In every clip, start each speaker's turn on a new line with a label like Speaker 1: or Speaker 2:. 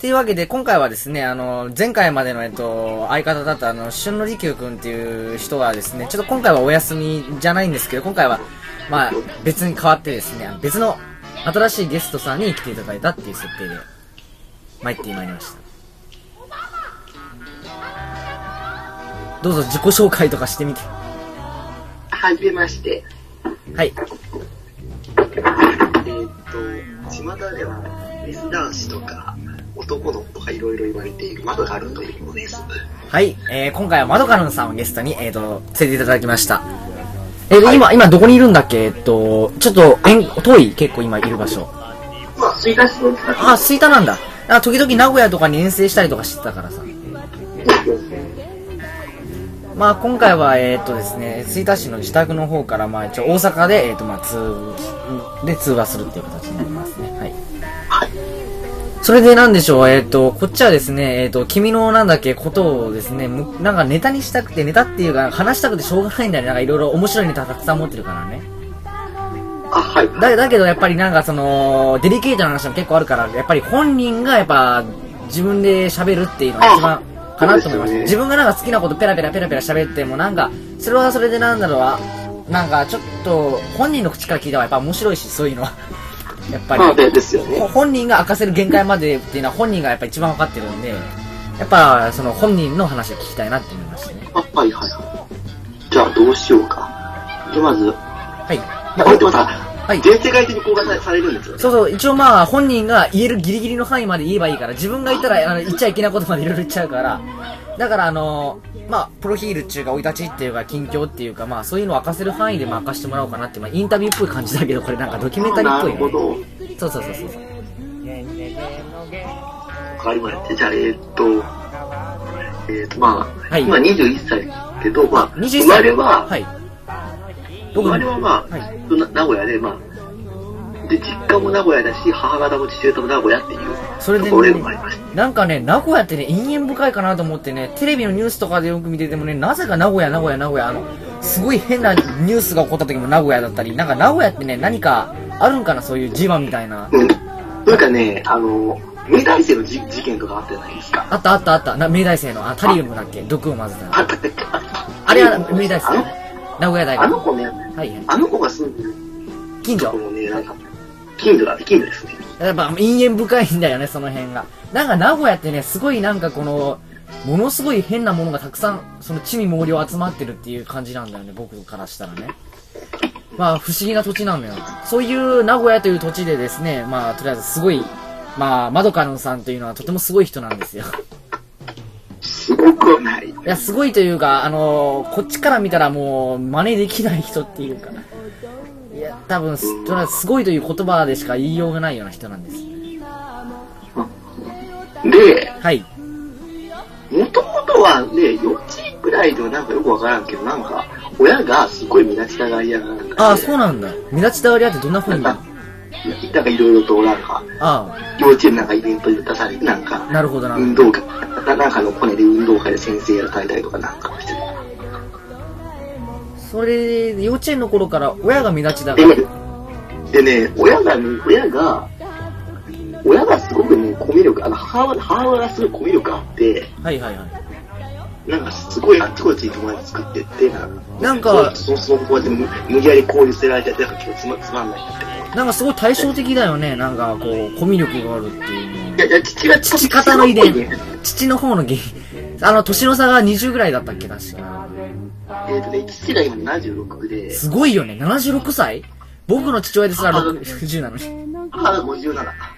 Speaker 1: というわけで、今回はですね、あの、前回までの、えっと、相方だった、あの、春の利休君っていう人がですね、ちょっと今回はお休みじゃないんですけど、今回は、まあ、別に変わってですね、別の新しいゲストさんに来ていただいたっていう設定で、参ってまいりました。どうぞ自己紹介とかしてみて。
Speaker 2: はじめまして。
Speaker 1: はい。
Speaker 2: えーっと、巷では、メス男子とか、男の子とかいろいろ言われている窓があるというものです。
Speaker 1: はい、えー、今回はまどかるんさんをゲストに、えー、と、連れていただきました。えーで今、今どこにいるんだっけえっと、ちょっと、遠遠い、結構今いる場所。
Speaker 2: まあ、追加しの企
Speaker 1: あ、吹田なんだ。あ時々名古屋とかに遠征したりとかしてたからさ。まあ今回は、えーっとですね、吹田市の自宅の方から、まあ一応大阪で、えーっとまあ通、で通話するっていう形になりますね。はい。それでなんでしょう、えーっと、こっちはですね、えーっと、君のなんだっけ、ことをですね、むなんかネタにしたくて、ネタっていうか、話したくてしょうがないんだよね。なんかいろいろ面白いネタたくさん持ってるからね。
Speaker 2: 画。あ、はい。
Speaker 1: だだけどやっぱりなんかそのデリケートな話も結構あるからやっぱり本人がやっぱ自分で喋るっていうのが一番かなと思いました
Speaker 2: そうですね
Speaker 1: 自分がなんか好きなことペラペラペラペラ喋ってもなんかそれはそれでなんだろうあなんかちょっと本人の口から聞いた方がやっぱ面白いしそういうのはやっぱり
Speaker 2: まあ、でですよね。
Speaker 1: 本人が明かせる限界までっていうのは本人がやっぱ一番分かってるんでやっぱその本人の話を聞きたいなって思いましたね
Speaker 2: あ、はいはいはい。じゃあ、どうしようか。ひとまず、
Speaker 1: はい
Speaker 2: あ、でもさ、
Speaker 1: はい
Speaker 2: 全世界的に公開さされるんですよね。
Speaker 1: そうそう、一応まあ、本人が言えるギリギリの範囲まで言えばいいから、自分が言ったら、あの、言っちゃいけないことまでいろいろ言っちゃうから、だからあの、まあ、プロフィールっていうか、生い立ちっていうか、近況っていうか、まあ、そういうのを明かせる範囲で、まあ、明かしてもらおうかなって、まあ、インタビューっぽい感じだけど、これなんかドキュメンタリーっ
Speaker 2: な
Speaker 1: ぽい
Speaker 2: る
Speaker 1: よ
Speaker 2: ほ
Speaker 1: ね。
Speaker 2: ど。わ
Speaker 1: そうそうそうそう。
Speaker 2: かりました。じゃあ、えーっと、えーっと、まあ、
Speaker 1: はい
Speaker 2: 今21歳けど、まあ、
Speaker 1: 21
Speaker 2: 生ま
Speaker 1: 歳。
Speaker 2: れは、
Speaker 1: はい。
Speaker 2: 生まれはまあ、
Speaker 1: はい
Speaker 2: な名古屋で、まあ、で、実家も名古屋だし、母方も父親も名古屋っていう
Speaker 1: それで
Speaker 2: ところで生まれました。
Speaker 1: なんかね、名古屋ってね、因縁深いかなと思ってね、テレビのニュースとかでよく見ててもね、なぜか名古屋、名古屋、名古屋、あの、すごい変なニュースが起こった時も名古屋だったり、なんか名古屋ってね、何かあるんかな、そういう G1 みたいな。
Speaker 2: うん。なんかね、あの、明大生のじ事件とかあったじゃないですか。
Speaker 1: あったあったあった、な明大生の、あ、タリウムだっけ毒を混ぜ
Speaker 2: あ
Speaker 1: た。
Speaker 2: ったっけあった
Speaker 1: あれは明大生
Speaker 2: あ
Speaker 1: ね
Speaker 2: の。
Speaker 1: 名古屋大
Speaker 2: あの
Speaker 1: 学。
Speaker 2: 子ね、
Speaker 1: はいはい。
Speaker 2: あの子が住んでる
Speaker 1: 近
Speaker 2: と
Speaker 1: 所
Speaker 2: こ。ろね、なんか、近所だ、近所ですね。
Speaker 1: やっぱ因縁深いんだよね、その辺が。なんか名古屋ってね、すごいなんかこの、ものすごい変なものがたくさん、その地味猛量集まってるっていう感じなんだよね、僕からしたらね。まあ、不思議な土地なんだよ。そういう名古屋という土地でですね、まあ、とりあえずすごい、まあ、まどかのんさんというのはとてもすごい人なんですよ。
Speaker 2: すごくない。
Speaker 1: いや、すごいというか、あのーこっちから見たらもう、真似できない人っていうか。いや、多分、すとりあえずすごいという言葉でしか言いようがないような人なんです。
Speaker 2: で、
Speaker 1: はい。
Speaker 2: もともとはね、幼稚園くらいではなんかよくわからんけど、なんか、親がすごい目立ちたがり屋がなんかで、
Speaker 1: ああ、そうなんだ。目立ちたがり屋ってどんな風に
Speaker 2: な
Speaker 1: あ
Speaker 2: んか、なんかいろいろとなんか、
Speaker 1: あ
Speaker 2: 幼稚園なんかイベントに出されて、なん
Speaker 1: ー、
Speaker 2: か、
Speaker 1: なるほどな。
Speaker 2: 運動会、ななんかのコネで運動会で先生やらされたりとかなんかしてた。
Speaker 1: それで、幼稚園の頃から親が目立ちだから。
Speaker 2: でね、でね、親がね、親が、親がすごくね、コミュ力、あの、母親、母親がすごいコミュ力あって、
Speaker 1: はいはいはい。
Speaker 2: なんかすごいあっちこっちに友達作ってって、
Speaker 1: なんか
Speaker 2: その、その子で無無理やり交流せられて、なんか今日つまつまんないんだって。
Speaker 1: なんかすごい対照的だよね。なんか、こう、コミュ力があるっていうの
Speaker 2: いやいや、父が
Speaker 1: 父方の遺伝。父の方の原因。あの、年の差が20ぐらいだったっけ、確か。
Speaker 2: えっとね、父が今76で、
Speaker 1: すごいよね。76歳僕の父親ですら
Speaker 2: あ
Speaker 1: 60なのに。
Speaker 2: 母が57。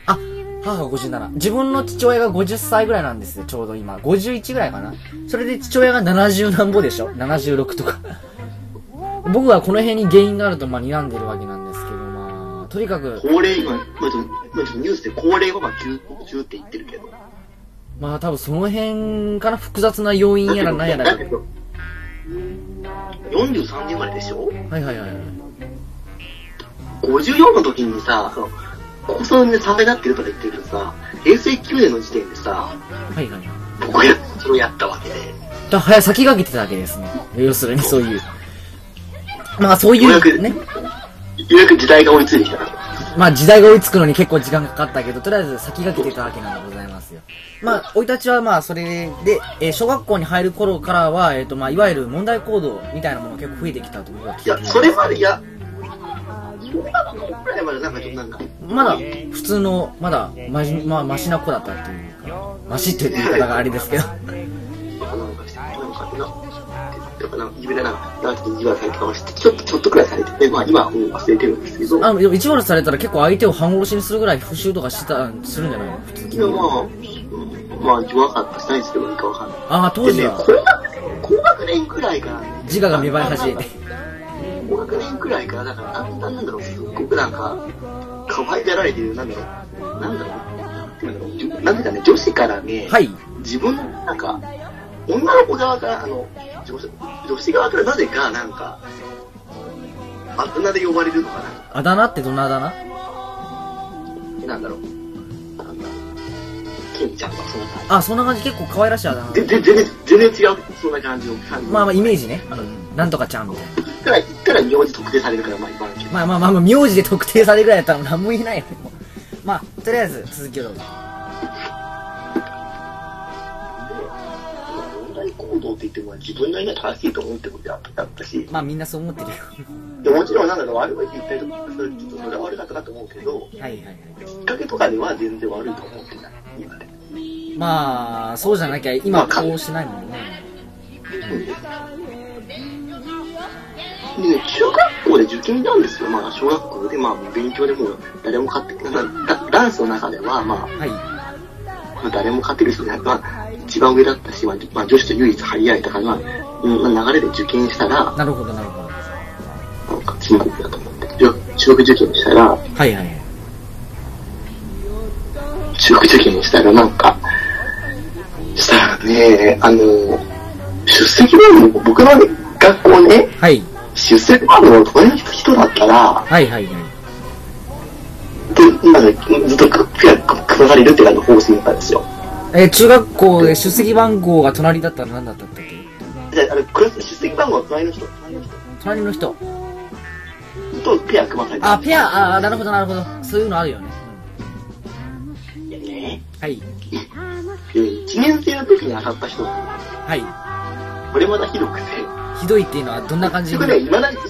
Speaker 1: あ、母が57。自分の父親が50歳ぐらいなんですよ、ちょうど今。51ぐらいかな。それで父親が70何歩でしょ ?76 とか。僕はこの辺に原因があると、まあ、睨んでるわけなんですけど、まあ、とにかく、
Speaker 2: 高齢、今、今ちょっと今ちょっとニュースで高齢はまあ急、急って言ってるけど。
Speaker 1: まあ、多分その辺から複雑な要因やらなんやら。
Speaker 2: だ
Speaker 1: は
Speaker 2: け
Speaker 1: い
Speaker 2: ど、43年まででしょ
Speaker 1: はいはいはい。
Speaker 2: ?54 の時にさ、その子孫で差がなってるとか言ってるけどさ、平成9年の時点でさ、
Speaker 1: はいはい。
Speaker 2: 僕がそれをやったわけで、
Speaker 1: だ早先駆けてたわけですね。要するにそういう。まあ、そうい
Speaker 2: ようやく
Speaker 1: う、ね。
Speaker 2: ようやく時代が追いついてきたわけ。
Speaker 1: まあ時代が追いつくのに結構時間かかったけど、とりあえず先駆けてたわけなんでございます。よ。まあ、生い立ちはまあ、それで、えー小学校に入る頃からは、えっ、と、まあ、いわゆる問題行動みたいなものが結構増えてきたと僕は聞い
Speaker 2: い
Speaker 1: て
Speaker 2: や
Speaker 1: る、
Speaker 2: それまで、いや、小学校くらいまでなんかちょっとなんか、
Speaker 1: まだ、普通の、まだ、まじ、まあ、マシな子だったっていうか、マシっていう言い方があれですけど。
Speaker 2: なんかして、なんかってな、やっぱなんか、夢でなんか、なんかちょっと意地悪されてかもして、ちょっと、ちょっとくらいされてて、まあ今はもう忘れてるんですけど、
Speaker 1: あの、でも一番されたら結構相手を半殺しにするぐらい復讐とかしてた、するんじゃないの普通
Speaker 2: でもまあ、うんまあ一番かったしないんですけど、いいかわかんない。
Speaker 1: ああ、当時
Speaker 2: でね
Speaker 1: は、
Speaker 2: 高学高学年くらいから、ね、
Speaker 1: 自我が芽生え始めて。
Speaker 2: 高学年くらいから、だから、なんなんなんだろう、すっごくなんか、可愛がられてる、なんだろう、なんだろう、なんていうんだろうじゅ、なんかね、女子からね、
Speaker 1: はい。
Speaker 2: 自分、なんか、女の子側から、あの、女子女子側からなぜか、なんか、あだ名で呼ばれるのかな、
Speaker 1: あだ名ってどんなあだ名
Speaker 2: なんだろう、なんだろう、ケンちゃんとかそんな感
Speaker 1: あ、そんな感じ、結構可愛らしいあだ名
Speaker 2: じ。。で、で全然、全然違う、そんな感じの感じ。
Speaker 1: まあまあ、イメー
Speaker 2: ジ。
Speaker 1: ジね。うん。なんとかちゃんみたいな。
Speaker 2: 言ったら、言ったら、名字特定されるから、まあ、今のけど。
Speaker 1: まあまあまあまあ、名字で特定されるぐらいだったら何も言えないよね。もうまあ、とりあえず、続きをどうぞ。
Speaker 2: 問題行動って言っても自分の意味は正しいと思うってことだったし、
Speaker 1: まあ、みんなそう思ってるよ。
Speaker 2: でもちろんなんだろう、悪いって言ったりとか、それちょっとそれは悪かったなと思うけど、
Speaker 1: はいはいはい。
Speaker 2: きっかけとかでは全然悪いと思ってない、今で。
Speaker 1: まあ、そうじゃなきゃ今はこうしないもんね。
Speaker 2: でね、中学校で受験なんですよ、まあ小学校で、まあ勉強でも誰も勝って、なんかダダンスの中では、ま
Speaker 1: はい。
Speaker 2: あ誰も勝てる人じゃなくまあ一番上だったし、まあまあ女子と唯一張り合えたから、うんまあ流れで受験したら、
Speaker 1: なるほどなるほど。
Speaker 2: なんかつまんないなと思って、中中学受験したら、
Speaker 1: はいはいはい。
Speaker 2: 中学受験したらなんか、したらね、あの、出席番号、僕の学校ね、
Speaker 1: はい。
Speaker 2: 出席番号隣の人だったら、
Speaker 1: はいはいはい。
Speaker 2: で、なんかずっとくくやくくされるって感じの方針だったんですよ。
Speaker 1: えー中学校で出席番号が隣だったら何だったっけ
Speaker 2: じゃあ、あの、クラス出席番号隣の人、隣の
Speaker 1: 隣の人。
Speaker 2: 人とペア組まされて
Speaker 1: あ、ペア、あーなるほどなるほど。そういうのあるよね。
Speaker 2: アでね、
Speaker 1: はい。
Speaker 2: 1年生の時に当たった人、
Speaker 1: は
Speaker 2: これまたひどくて、
Speaker 1: い。ひどいっていうのはどんな感じ
Speaker 2: それでいまだに一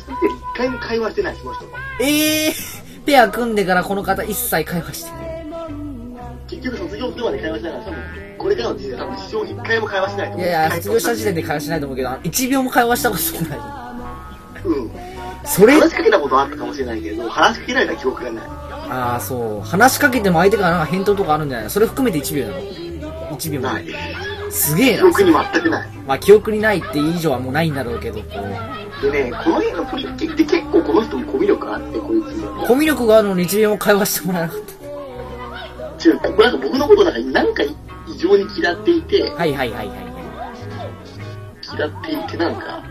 Speaker 2: 回も会話してない、その人も。
Speaker 1: ええー、ペア組んでからこの方一切会話してない。
Speaker 2: 結局卒業するまで会話しながら、多分これからの人生、多分一生一回も会話しないと
Speaker 1: い
Speaker 2: 思う。
Speaker 1: やいや、卒業した時点で会話しないと思うけど、あの一秒も会話したことな
Speaker 2: うん。
Speaker 1: い。それ
Speaker 2: 話しかけたことはあったかもしれないけど、話しかけられた記憶がない。
Speaker 1: ああ、そう。話しかけても相手からなんか返答とかあるんじゃないそれ含めて1秒なの ?1 秒も
Speaker 2: な
Speaker 1: ないい。。すげえ
Speaker 2: 記
Speaker 1: な。
Speaker 2: 憶に全くない。
Speaker 1: まあ、記憶にないって以上はもうないんだろうけど、こ
Speaker 2: でね、この辺のポリティって結構この人もコミュ力あって、こいつ
Speaker 1: う、
Speaker 2: も。
Speaker 1: コミュ力があるのに1秒も会話してもらえなかっ
Speaker 2: 中これなんか僕のことなんか、なんか異常に嫌っていて、
Speaker 1: た。はいはいはいは
Speaker 2: 嫌っていて、なんか、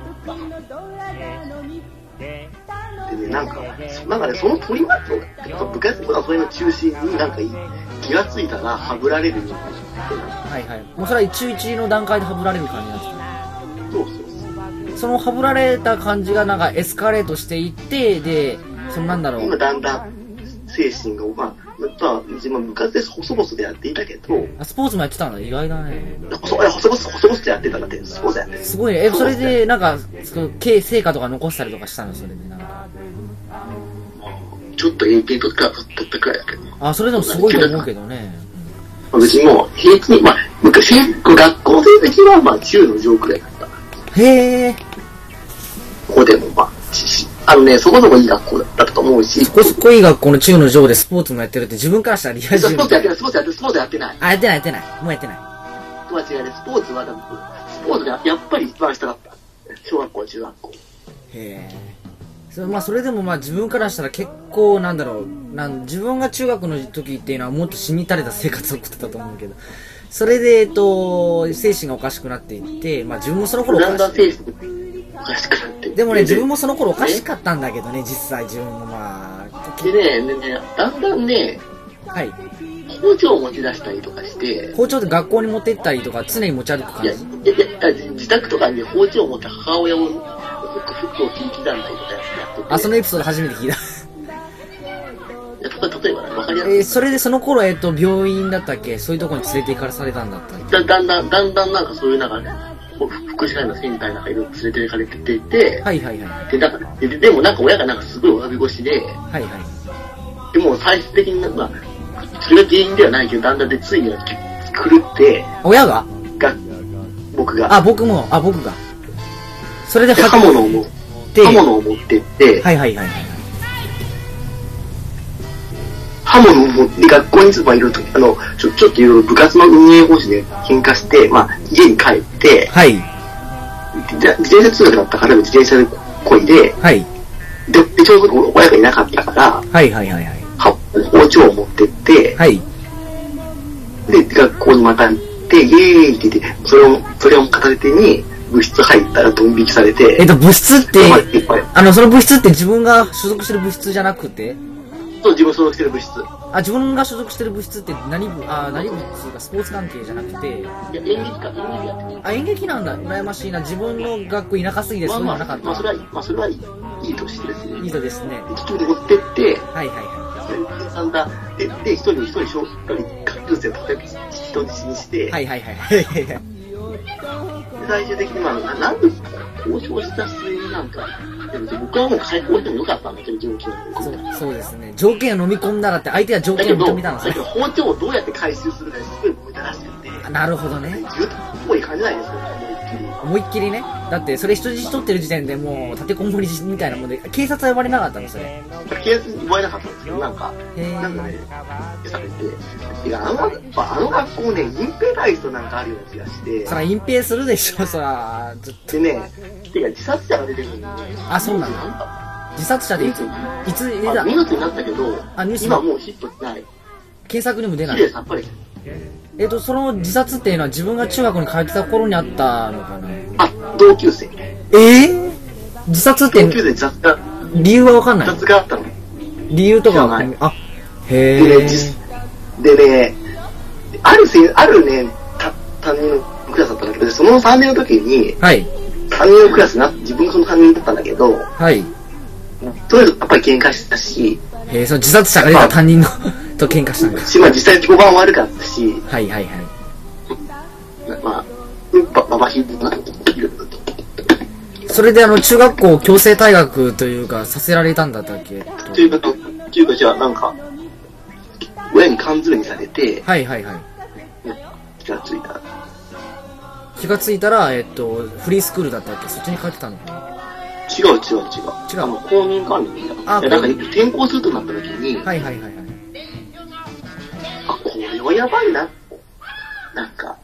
Speaker 2: でね、なんか、そなんかね、その取り巻きが、部活とかそういうの中心になんかい気がついたら、はぶられるようになってなんか
Speaker 1: い。はいはい。もうそれは中1の段階でハブられる感じになって
Speaker 2: そうそうそう。
Speaker 1: た。そのハブられた感じがなんかエスカレートしていって、で、そのなんだろ
Speaker 2: 今
Speaker 1: う。
Speaker 2: だんだん精神が、まあ、やっぱ自分は部活で細々とやっていたけど、
Speaker 1: あスポーツもやってたんだ。意外だね。
Speaker 2: 細々、細々、細々とやってたんだって、そうだよね。
Speaker 1: すごいね。え、それでなんか、そのけ成果とか残したりとかしたのそれでなんか。
Speaker 2: ちょっと AP とか取ったくらいだけど、ま
Speaker 1: あ、それでもすごいと思うけどね。
Speaker 2: あ、別にもう平均、まあ、昔、学校の成績はまあ10の上くらいだった。
Speaker 1: へえ。
Speaker 2: ここでもまあ、ししあのね、そこそこいい学校だったと思うし、
Speaker 1: そこそこいい学校の中の上でスポーツもやってるって自分からしたらリア
Speaker 2: ス
Speaker 1: 充
Speaker 2: ポーツや ってない、スポーツやってない、スポーツやってない。
Speaker 1: あ、やってないやってない。もうやってない。
Speaker 2: とは違いで、スポーツは多分、スポーツがやっぱり一番下だった。小学校、中学校。
Speaker 1: へえ。それまあそれでもまあ自分からしたら結構なんだろうなん自分が中学の時っていうのはもっと死にたれた生活を送ってたと思うけどそれでえっと精神がおかしくなっていってまあ自分もその頃お
Speaker 2: だんだ
Speaker 1: か
Speaker 2: ん
Speaker 1: し
Speaker 2: 精神がおかしくなって。
Speaker 1: いでもね自分
Speaker 2: も。
Speaker 1: もその頃おかしかったんだけどね実際自分もまあ
Speaker 2: でね、でね、だんだんね、
Speaker 1: はい
Speaker 2: 包丁を持ち出したりとかして、
Speaker 1: 包丁で学校に持って行ったりとか常に持ち歩く感
Speaker 2: いや、
Speaker 1: じ
Speaker 2: いやいや自宅とかに包丁を持った母親を、フックを切り刻んだりとかやってて、
Speaker 1: あそのエピソード初めて聞いた
Speaker 2: やっぱ例えばね、わかりやすい。
Speaker 1: えーそれでその頃、えっ、と、病院だったっけそういうとこに連れて行かされたんだったっけ
Speaker 2: だだんだん、だんだんなんかそういうなんかね、こう福祉会の先輩なんかいろいろ連れて行かれてて、
Speaker 1: はいはいはい。
Speaker 2: で、だから、で、ででもなんか親がなんかすごい詫び腰で、
Speaker 1: はいはい。
Speaker 2: でも最終的になんか、それが原因ではないけど、だんだんでついには狂って、
Speaker 1: 親が
Speaker 2: が、僕が、
Speaker 1: あ、僕も、あ、僕が。それで
Speaker 2: で刃
Speaker 1: 運
Speaker 2: 物を
Speaker 1: ぶ
Speaker 2: 持っ
Speaker 1: で
Speaker 2: て、刃物を持ってって、
Speaker 1: はいはいはいはい。
Speaker 2: 刃物を持って学校にいつもいろいろと、あの、ちょちょっといろいろ部活の運営方針で喧嘩して、まあ、家に帰って、
Speaker 1: はい。
Speaker 2: で自転車通学だったから自転車でこいで、
Speaker 1: はい。
Speaker 2: で、でちょうど親がいなかったから、
Speaker 1: はいはいはいはい。
Speaker 2: は包丁を持ってって、
Speaker 1: はい。
Speaker 2: で、学校にまた行って、イエーイって言って、それを、それを片手に部室入ったらドン引きされて、
Speaker 1: えっと、部室って
Speaker 2: お、前いっぱい
Speaker 1: あの、その部室って自分が所属してる部室じゃなくて、
Speaker 2: そう、自分所属してる部室。
Speaker 1: あ、自分が所属してる部室って何部、あ、何部っていうかスポーツ関係じゃなくて、
Speaker 2: いや、演劇か、演劇やってる。
Speaker 1: あ、演劇なんだ。羨ましいな。自分の学校田舎すぎて
Speaker 2: ま
Speaker 1: そ
Speaker 2: あ
Speaker 1: ういう
Speaker 2: ま
Speaker 1: の
Speaker 2: あ、
Speaker 1: なかった。
Speaker 2: まあ、それはいい、まあ、それはいい、いい年です
Speaker 1: いい
Speaker 2: ね。
Speaker 1: とですね。
Speaker 2: 一人で持ってって、
Speaker 1: はいはいは
Speaker 2: サンダーで、で、一人一人、小一人、カップルを叩き、人質にして、
Speaker 1: い。はいはいはいはい。
Speaker 2: で最終的に、まあ、ななんで、交渉した末になんか、でも僕はもう解放してもよかったんだけど、気持ち
Speaker 1: そ
Speaker 2: だ
Speaker 1: うそうですね。条件を飲み込んだらって、相手は条
Speaker 2: け
Speaker 1: 件を
Speaker 2: ど、
Speaker 1: 認めたん
Speaker 2: だ
Speaker 1: です
Speaker 2: け
Speaker 1: ね
Speaker 2: ど。包丁をどうやって回収するかにすごい揉めたらしくて、
Speaker 1: あなるほどね。
Speaker 2: 銃っぽい感じないですよ、も
Speaker 1: 思いっきりね。だって、それ人質取ってる時点でもう、立てこもりみたいなもんで、警察は呼ばれなかったの、それ。
Speaker 2: う一気に。警察に言われなかったんですけど、なんか、
Speaker 1: へー
Speaker 2: なんかね、されて、いや、あの、やっぱあの学校ね、隠蔽体質なんかあるような気がして
Speaker 1: そ、ら、隠蔽するでしょ、そら。ずっと
Speaker 2: でね、てか自殺者が出てくるんで、
Speaker 1: あ、そうなんだ。
Speaker 2: なんか、
Speaker 1: 自殺者でいつ、いつ出た
Speaker 2: ニュースになったけど
Speaker 1: あニュー、ス
Speaker 2: 今もうヒットしない。
Speaker 1: 検索にも出な
Speaker 2: 綺
Speaker 1: い
Speaker 2: 麗。さっぱり。
Speaker 1: えっと、その自殺っていうのは自分が中学に通ってた頃にあったのかな
Speaker 2: あ、同級生。
Speaker 1: えぇ自殺って
Speaker 2: 同級生に雑が、
Speaker 1: 理由はわかんない
Speaker 2: 雑があったの。
Speaker 1: 理由とかは
Speaker 2: 知らな
Speaker 1: あ、
Speaker 2: で
Speaker 1: へ
Speaker 2: ね、
Speaker 1: ぇ
Speaker 2: 実でね、あるせ、あるね、た担任のクラスだったんだけど、その3年の時に、
Speaker 1: はい、
Speaker 2: 担任のクラスな、自分がその担任だったんだけど、
Speaker 1: はい。
Speaker 2: とりあえずやっぱり喧嘩したし、
Speaker 1: えー、その自殺者が出た担任の と喧嘩したんか。
Speaker 2: しまあ実際評判悪かったし、
Speaker 1: はいはいはい。
Speaker 2: まあ、うんば、ばばひどいなっていう
Speaker 1: それであの、中学校強制退学というか、させられたんだったっけと
Speaker 2: というか、というか、じゃあ、なんか、親に缶詰にされて、
Speaker 1: はいはいはい。
Speaker 2: 気がついた。
Speaker 1: 気がついたら、えっと、フリースクールだったっけそっちに帰ってたのかな
Speaker 2: 違う違う違う。
Speaker 1: 違う
Speaker 2: あの、公認管理だ。
Speaker 1: あ
Speaker 2: いやなんか転校するとなった時に、
Speaker 1: はいはいはいはい。
Speaker 2: あ、これはやばいな。なんか、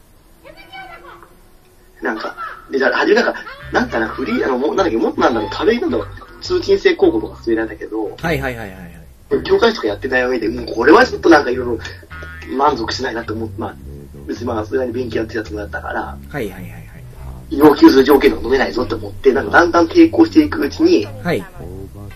Speaker 2: なんか、で、じゃあ、初めなんか、なんかな、フリー、あの、もなんだっけ、もっとなんだろう、軽いなんだろう、通勤生高校とか普通なんだけど、
Speaker 1: はいはいはいはいはい。
Speaker 2: 教会とかやってない上で、もうこれはちょっとなんかいろいろ満足しないなと思って、まあ、別にまあ、それなりに勉強やってたつもりだったから、
Speaker 1: はいはいはいはい。
Speaker 2: 要求する条件が飲めないぞって思って、なんかだんだん抵抗していくうちに、
Speaker 1: はい。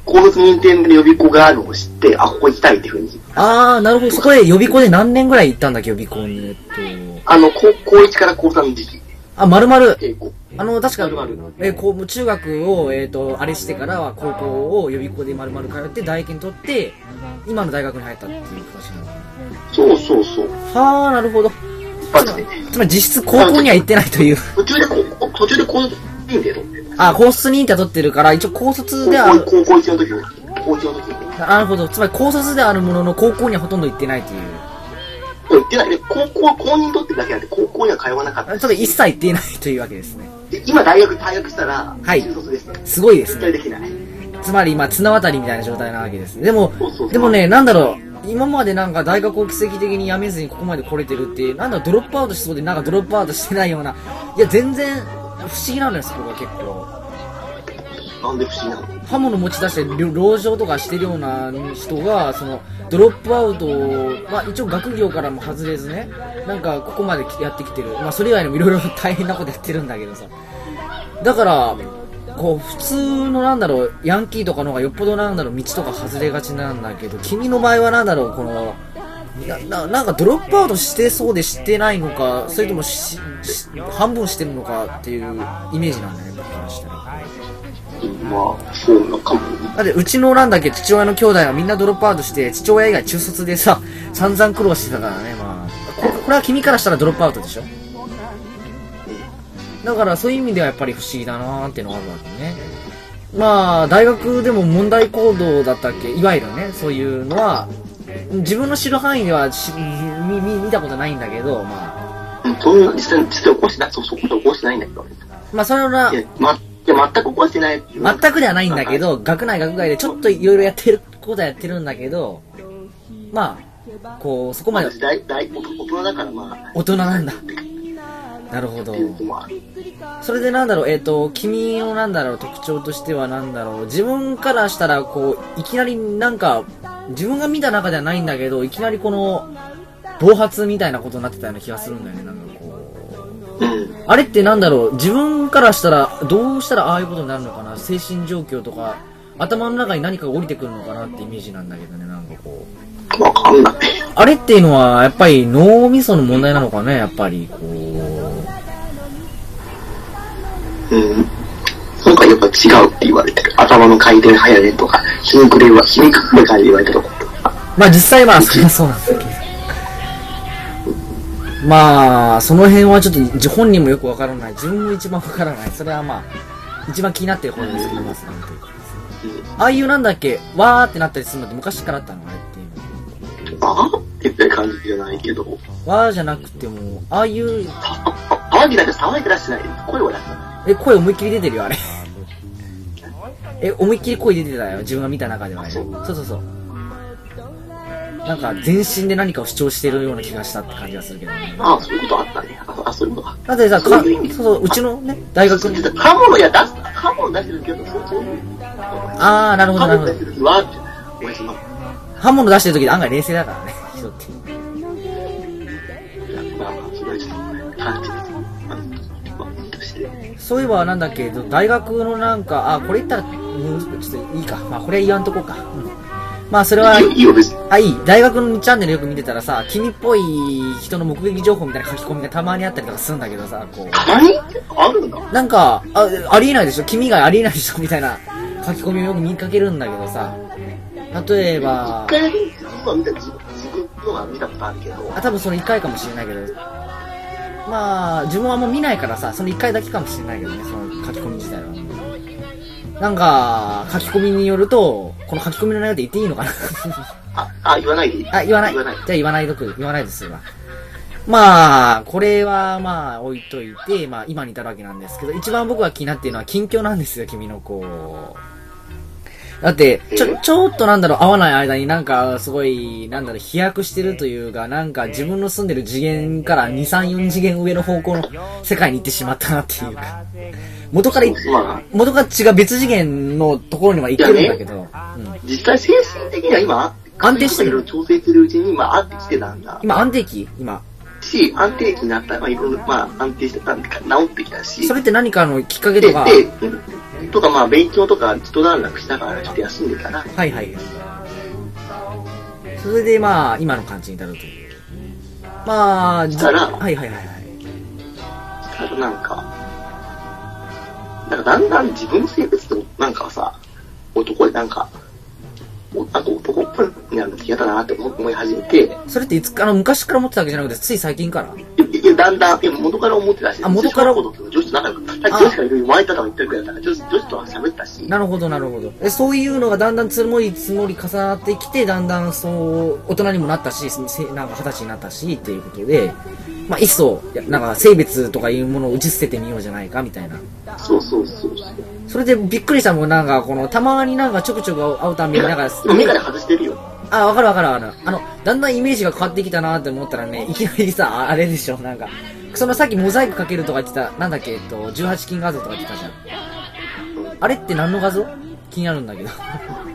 Speaker 2: 高卒認定の予備校があるのを知って、あ、ここ行きたいっていうふうに、
Speaker 1: あー、なるほど。そこで予備校で何年ぐらい行ったんだっけ予備校に。えっと。
Speaker 2: あの、高高1から高3の時期、
Speaker 1: あ、まるまる。
Speaker 2: 抵抗。
Speaker 1: あの、確か
Speaker 2: 丸々、
Speaker 1: えーこう、もう中学を、えっ、と、あれしてからは高校を予備校で丸々通って、大学に取って、今の大学に入ったっていう形なの。
Speaker 2: そうそうそう。
Speaker 1: はあ、なるほど。
Speaker 2: マジで。
Speaker 1: つまり実質高校には行ってないという。
Speaker 2: 途中でこ、途中で高卒認定取って。
Speaker 1: あ、高卒認定は取ってるから、一応高卒
Speaker 2: 高
Speaker 1: ではある。
Speaker 2: 校、高校1の時に、高1の時に。
Speaker 1: なるほど。つまり高卒ではあるものの、高校にはほとんど行ってないという。
Speaker 2: もう行ってないね。高校は公認取ってるだけなんで、高校には通わなかっ
Speaker 1: あちょ
Speaker 2: た
Speaker 1: っ。と一切行っていないというわけですね。
Speaker 2: で今大学退学したら、
Speaker 1: はい
Speaker 2: 中卒です。
Speaker 1: すごいです
Speaker 2: 絶
Speaker 1: ね
Speaker 2: 対。できない。
Speaker 1: つまり今、綱渡りみたいな状態なわけですね。でも
Speaker 2: そうそうそ、う
Speaker 1: でもね、なんだろう、今までなんか大学を奇跡的に辞めずにここまで来れてるっていう、なんだろう、ドロップアウトしそうで、なんかドロップアウトしてないような、いや、全然、不思議なのよ、そこが結構。
Speaker 2: なんで不思議なの
Speaker 1: 刃物持ち出して、ろ籠城とかしてるような人が、その、ドロップアウトを、まあ一応学業からも外れずね、なんかここまで来やってきてる。まあそれ以外にもいろいろ大変なことやってるんだけどさ。だから、こう、普通のなんだろう、ヤンキーとかの方がよっぽどなんだろう、道とか外れがちなんだけど、君の場合はなんだろう、この、な、ななんかドロップアウトしてそうでしてないのか、それともし、し半分してるのかっていうイメージなんだね、僕からしたら。
Speaker 2: まあ、そうなかもね。
Speaker 1: だって、うちのランだけ父親の兄弟はみんなドロップアウトして、父親以外中卒でさ、散々苦労してたからね、まあ。ここれは君からしたらドロップアウトでしょだから、そういう意味ではやっぱり不思議だなーってのがあるわけね。まあ、大学でも問題行動だったっけいわゆるね、そういうのは、自分の知る範囲ではし見見見たことないんだけど、まあ、
Speaker 2: うんそんな、実際、実際起こしてない、そう、そういうこと起こしてないんだけど、
Speaker 1: まあ、それは
Speaker 2: 俺。いや、ま、いや、全く起こしてない。
Speaker 1: 全くではないんだけど、学内学外でちょっといろいろやってることはやってるんだけど、まあ、こう、そこまで
Speaker 2: 私大、大、大人だから、まあ、
Speaker 1: 大人なんだ。なるほど
Speaker 2: って。いうのもある。
Speaker 1: それでなんだろう、えっ、と、君のなんだろう、特徴としてはなんだろう、自分からしたら、こう、いきなりなんか、自分が見た中ではないんだけど、いきなりこの、暴発みたいなことになってたような気がするんだよね、なんかこう。
Speaker 2: うん。
Speaker 1: あれってなんだろう、自分からしたら、どうしたらああいうことになるのかな、精神状況とか、頭の中に何かが降りてくるのかなってイメージなんだけどね、なんかこう。
Speaker 2: わかんない。
Speaker 1: あれっていうのは、やっぱり脳みその問題なのかね、やっぱり、こう。
Speaker 2: うん。今回やっぱ違うって言われてる。頭の回転早いねとか、ひねくれは、ひねくれから言われたとか。
Speaker 1: まあ実際まあそれはそうなんですけど。 まあ、その辺はちょっと自本人もよくわからない。自分も一番わからない。それはまあ、一番気になってる方ですけど、ますね。ああいうなんだっけ、わーってなったりするのって昔からあったのあれっていう
Speaker 2: ああって言ってる感じじゃないけど、
Speaker 1: の。わーじゃなくても、ああいう、
Speaker 2: 騒ぎだけ騒いでらしない。声は出さな
Speaker 1: え、声思いっきり出てるよ、あれ。え、思いっきり声出てたよ、自分が見た中ではあれ。
Speaker 2: そ
Speaker 1: そううそうそう。なんか全身で何かを主張してるような気がしたって感じがするけどね
Speaker 2: い。。ああ、そういうことあったね。あ、あそういうことあっ
Speaker 1: だってさ、か、
Speaker 2: そ
Speaker 1: そう
Speaker 2: いう意
Speaker 1: う
Speaker 2: 味
Speaker 1: そう、うちのね、大
Speaker 2: た。
Speaker 1: 学
Speaker 2: そう
Speaker 1: に。
Speaker 2: 刃物、いや、出す、刃物出してるけど、そう、そういう。
Speaker 1: あー、なるほど、な
Speaker 2: 刃
Speaker 1: るほ
Speaker 2: 物出して
Speaker 1: ど。
Speaker 2: る時は、おやじの、
Speaker 1: 刃物出してる時案外冷静だからね、人って。
Speaker 2: まあまあ、それはちょっと、感じです。まあ、まあ、として。
Speaker 1: そういえばなんだっけ、大学のなんか、あ、これ言ったら、うんちょっといいか。まあ、これは言わんとこか。うんまあ、それは、
Speaker 2: いいよいいよ、別に。
Speaker 1: あ、いい。大学のチャンネルよく見てたらさ、君っぽい人の目撃情報みたいな書き込みがたまにあったりとかするんだけどさ、こ
Speaker 2: たまにあるんだ。
Speaker 1: う。なんか、あ、ありえないでしょ君がありえないでしょみたいな 書き込みをよく見かけるんだけどさ。例えば
Speaker 2: 一、回だけ、実は見た、自分自分のは見たことあるけど、
Speaker 1: あ、多分その1回かもしれないけど、まあ、自分はもう見ないからさ、その1回だけかもしれないけどね、その書き込み自体は。なんか、書き込みによると、この書き込みの内容って言っていいのかな
Speaker 2: あ、あ、言わないでいい。
Speaker 1: あ、言わない。
Speaker 2: 言わない
Speaker 1: じゃ。あ言わないとく、言わないですわ。まあ、これはまあ置いといて、まあ今に至るわけなんですけど、一番僕が気になっているのは近況なんですよ、君のこう。だって、ちょ、ちょっとなんだろう、合わない間になんか、すごい、なんだろう、飛躍してるというか、なんか自分の住んでる次元から2、3、4次元上の方向の世界に行ってしまったなっていうか、元からい、
Speaker 2: まあ、
Speaker 1: 元から違う別次元のところには行ってるんだけど、うん。
Speaker 2: 実際精神的には今、
Speaker 1: 安定してる
Speaker 2: いろいろ調整するうちに、まあ、安定してたんだ。
Speaker 1: 今安定期今。
Speaker 2: し、安定期になった、まあ、いろいろ、まあ、安定してたんで、治ってきたし。
Speaker 1: それって何かのきっかけ
Speaker 2: で、
Speaker 1: とか、
Speaker 2: で、とか、まあ、勉強とか、一段落したから、ちょっと休んでたな。
Speaker 1: はいはい。それでまあ、今の感じに至るという。まあ、じ
Speaker 2: したら
Speaker 1: はいはいはいはい。
Speaker 2: あとなんか、なんかだんだん自分の性別って、なんかさ、男でなんか、おなんか男っぽいになるのって嫌だなって思思い始めて、
Speaker 1: それっていつか、あの、昔から思ってたわけじゃなくて、つい最近から。
Speaker 2: いやだんだん、いや元から思ってたし、
Speaker 1: あ元から
Speaker 2: 女子と女子と仲良く、女子からいろいろ言われたとか言ってるくらいだから、女子女子とは喋ったし、
Speaker 1: なるほどなるほど。え、そういうのがだんだん積もり積もり重なってきて、だんだんそう、大人にもなったし、せなんか二十歳になったし、っていうことで、まあ、いっそ、いやなんか性別とかいうものを打ち捨ててみようじゃないか、みたいな。
Speaker 2: そうそうそうそう。
Speaker 1: それでびっくりしたのもん、なんか、この、たまになんかちょくちょく会うたんびに、なんか、
Speaker 2: メガネ外してるよ。
Speaker 1: あ、わかるわかるわかる。あの、だんだんイメージが変わってきたなって思ったらね、いきなりさ、ああれでしょ、なんか。そのさっきモザイクかけるとか言ってた、なんだっけ、えっと、18金画像とか言ってたじゃん。あれって何の画像気になるんだけど。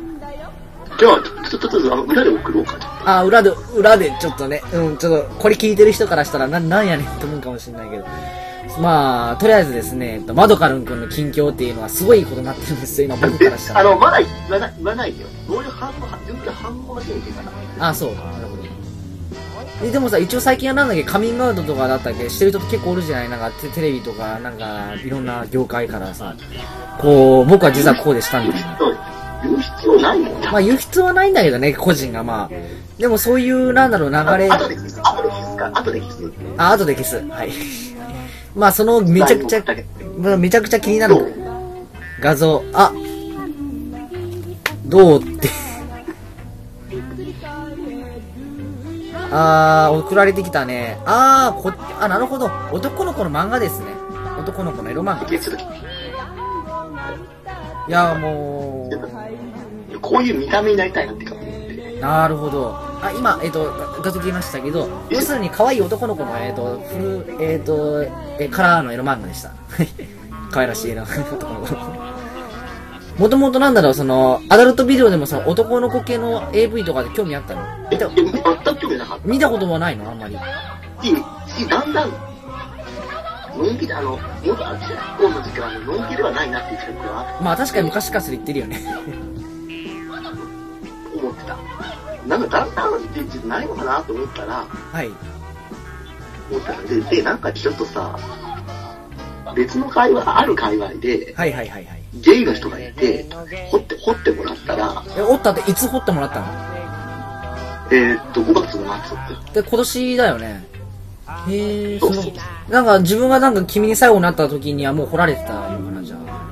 Speaker 2: じゃあ、ちょっと、ちょっと、あの、裏で送ろうか。
Speaker 1: あ、裏で、裏でちょっとね、うん、ちょっと、これ聞いてる人からしたら、な、なんやねんって思うかもしれないけど。まあ、とりあえずですね、えっとまどかるんくんの近況っていうのはすごいことになってるんですよ、今僕からした
Speaker 2: あ
Speaker 1: ら。
Speaker 2: の、まだ言わない、言わないでよ。同僚半分、全部半分まで見てるから。
Speaker 1: あ、そう。なるほど。ででもさ、一応最近はなんだっけ、カミングアウトとかだったっけ、してる人結構おるじゃないなんかテテレビとか、なんか、いろんな業界からさ、こう、僕は実はこうでしたみたいな。
Speaker 2: 言う必要ないもんな。
Speaker 1: まあ言う必要はないんだけどね、個人がまあ。でもそういう、なんだろう、流れ、
Speaker 2: 後で消す。後で消すか。後で消す。
Speaker 1: あ、後で消す。はい。 まあその、めちゃくちゃ、まあめちゃくちゃ気にな
Speaker 2: どう
Speaker 1: る画像、あ、どうって。あー、送られてきたね。あー、こ、あ、なるほど。男の子の漫画ですね。男の子のエロ漫画。
Speaker 2: いやちょっと
Speaker 1: いやーも
Speaker 2: こういう見た目になりたいなってか思って。
Speaker 1: う、なるほど。あ、今、えっ、と、画像切りましたけど、要するに可愛い男の子の、えっ、と、フル、えっ、と、えカラーのエロ漫画でした。 はい可愛らしいエロ男の子。もともとなんだろう、その、アダルトビデオでもその男の子系の AV とかで興味あったの
Speaker 2: え、
Speaker 1: 見
Speaker 2: で
Speaker 1: た
Speaker 2: も、全く興味なかっ
Speaker 1: 見たことはないのあんまり。
Speaker 2: た。いいし、だんだん、人気で、あの、もっと中学校の時からの人気ではないなっていう曲は
Speaker 1: まあ確かに昔からそれ言ってるよね。
Speaker 2: 思ってた。なんかだんだん現実ないのかなと思ったら、
Speaker 1: はい。
Speaker 2: 思ったらで、で、なんかちょっとさ、別の会話、ある界隈で、
Speaker 1: はいはいはいはい。
Speaker 2: ゲイの人がいて、掘って、掘ってもらったら、
Speaker 1: え、おったっていつ掘ってもらったの
Speaker 2: えー、っと、5月の末。
Speaker 1: で、今年だよね。へえ、
Speaker 2: そ
Speaker 1: そうの、なんか自分がなんか君に最後になった時にはもう掘られてたのかな、じゃあ。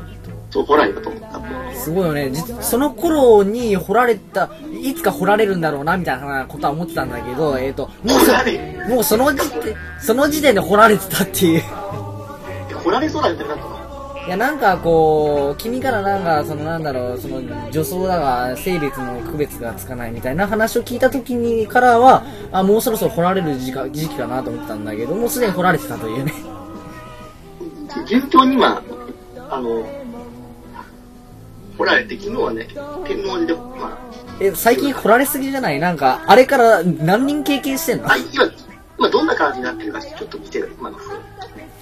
Speaker 2: そう、ホラーだと思った。
Speaker 1: すごいよね。じその頃に掘られた、いつか掘られるんだろうな、みたいなことは思ってたんだけど、えっ、と、もう
Speaker 2: 掘られ
Speaker 1: そ、もうその時点、その時点で掘られてたっていう。
Speaker 2: で掘られそうだみたいになったの。
Speaker 1: いや、なんかこう、君からなんか、そのなんだろう、その女装だが、性別の区別がつかないみたいな話を聞いた時にからは、あ、もうそろそろ掘られる時間時期かなと思ったんだけど、もうすでに掘られてたというね。
Speaker 2: 順調に今、あの、掘られて、昨日はね、天王寺で、ま
Speaker 1: え、最近掘られすぎじゃないなんか、あれから何人経験してんの
Speaker 2: あ、あ、今、今どんな感じになってるか、ちょっと見てる。今の、ちょっ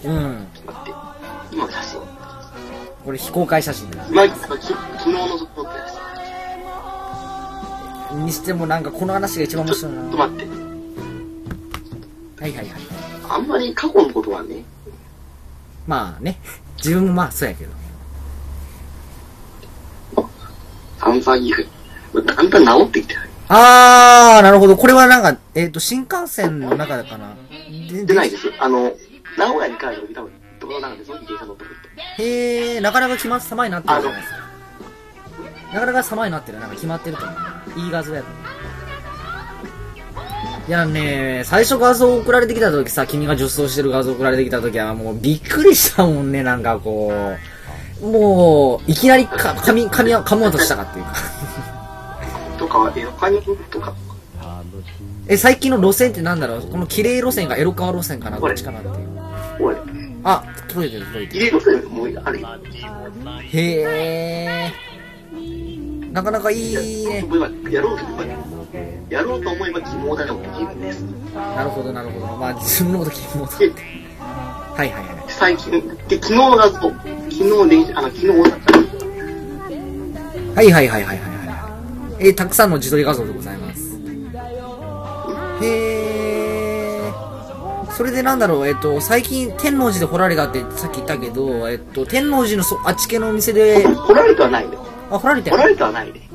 Speaker 1: うん。
Speaker 2: と待って。今の写真。
Speaker 1: これ非公開写真だ。
Speaker 2: 今、昨日の撮ったやつ。
Speaker 1: にしてもなんかこの話が一番面
Speaker 2: ち
Speaker 1: 白
Speaker 2: ょ
Speaker 1: いな。
Speaker 2: っ
Speaker 1: は
Speaker 2: と待って。
Speaker 1: いはいはい。
Speaker 2: あんまり過去のことはね、
Speaker 1: まあね。自分もまあそうやけど。
Speaker 2: 散々言う。だんだん治ってきてない。
Speaker 1: あー、なるほど。これはなんか、えっ、と、新幹線の中かな。で
Speaker 2: 出ないです。あの、名古屋に帰る時多分、ところなんで、その時電車乗ってくると。
Speaker 1: へえ、なかなか決まって様になってるじゃないですか。なかなか様になってる、なんか決まってると思う。いい画像やと思う。いやね、最初画像送られてきた時さ、君が女装してる画像送られてきた時はもうびっくりしたもんね、なんかこう。もう、いきなりか、噛み、噛み、噛もうとしたかっていうか。
Speaker 2: とかは、え、他にとか、
Speaker 1: え、最近の路線ってなんだろうこの綺麗路線かエロカワ路線かなどっちかなっていう。
Speaker 2: おい、
Speaker 1: あ、届いてる届いてる。
Speaker 2: 入れるせもあるよ。
Speaker 1: へえ。なかなかいいね。
Speaker 2: やろうと思えば、やろうと思えば、希望だのできるんです。
Speaker 1: なるほど、なるほど。まあ、自分のこと聞き戻って。
Speaker 2: で、
Speaker 1: はいはいはい。
Speaker 2: 最近、で、昨日の画像、昨日電車、あの、昨日大阪
Speaker 1: はいはいはいはいはいはい。えーたくさんの自撮り画像でございます。へえ。それでなんだろう、えっ、と、最近天王寺で掘られたってさっき言ったけど、えっ、と、天王寺のそあっち系のお店で、
Speaker 2: に、来られてはないね。
Speaker 1: あ、掘られて
Speaker 2: 来
Speaker 1: る
Speaker 2: られてはないね。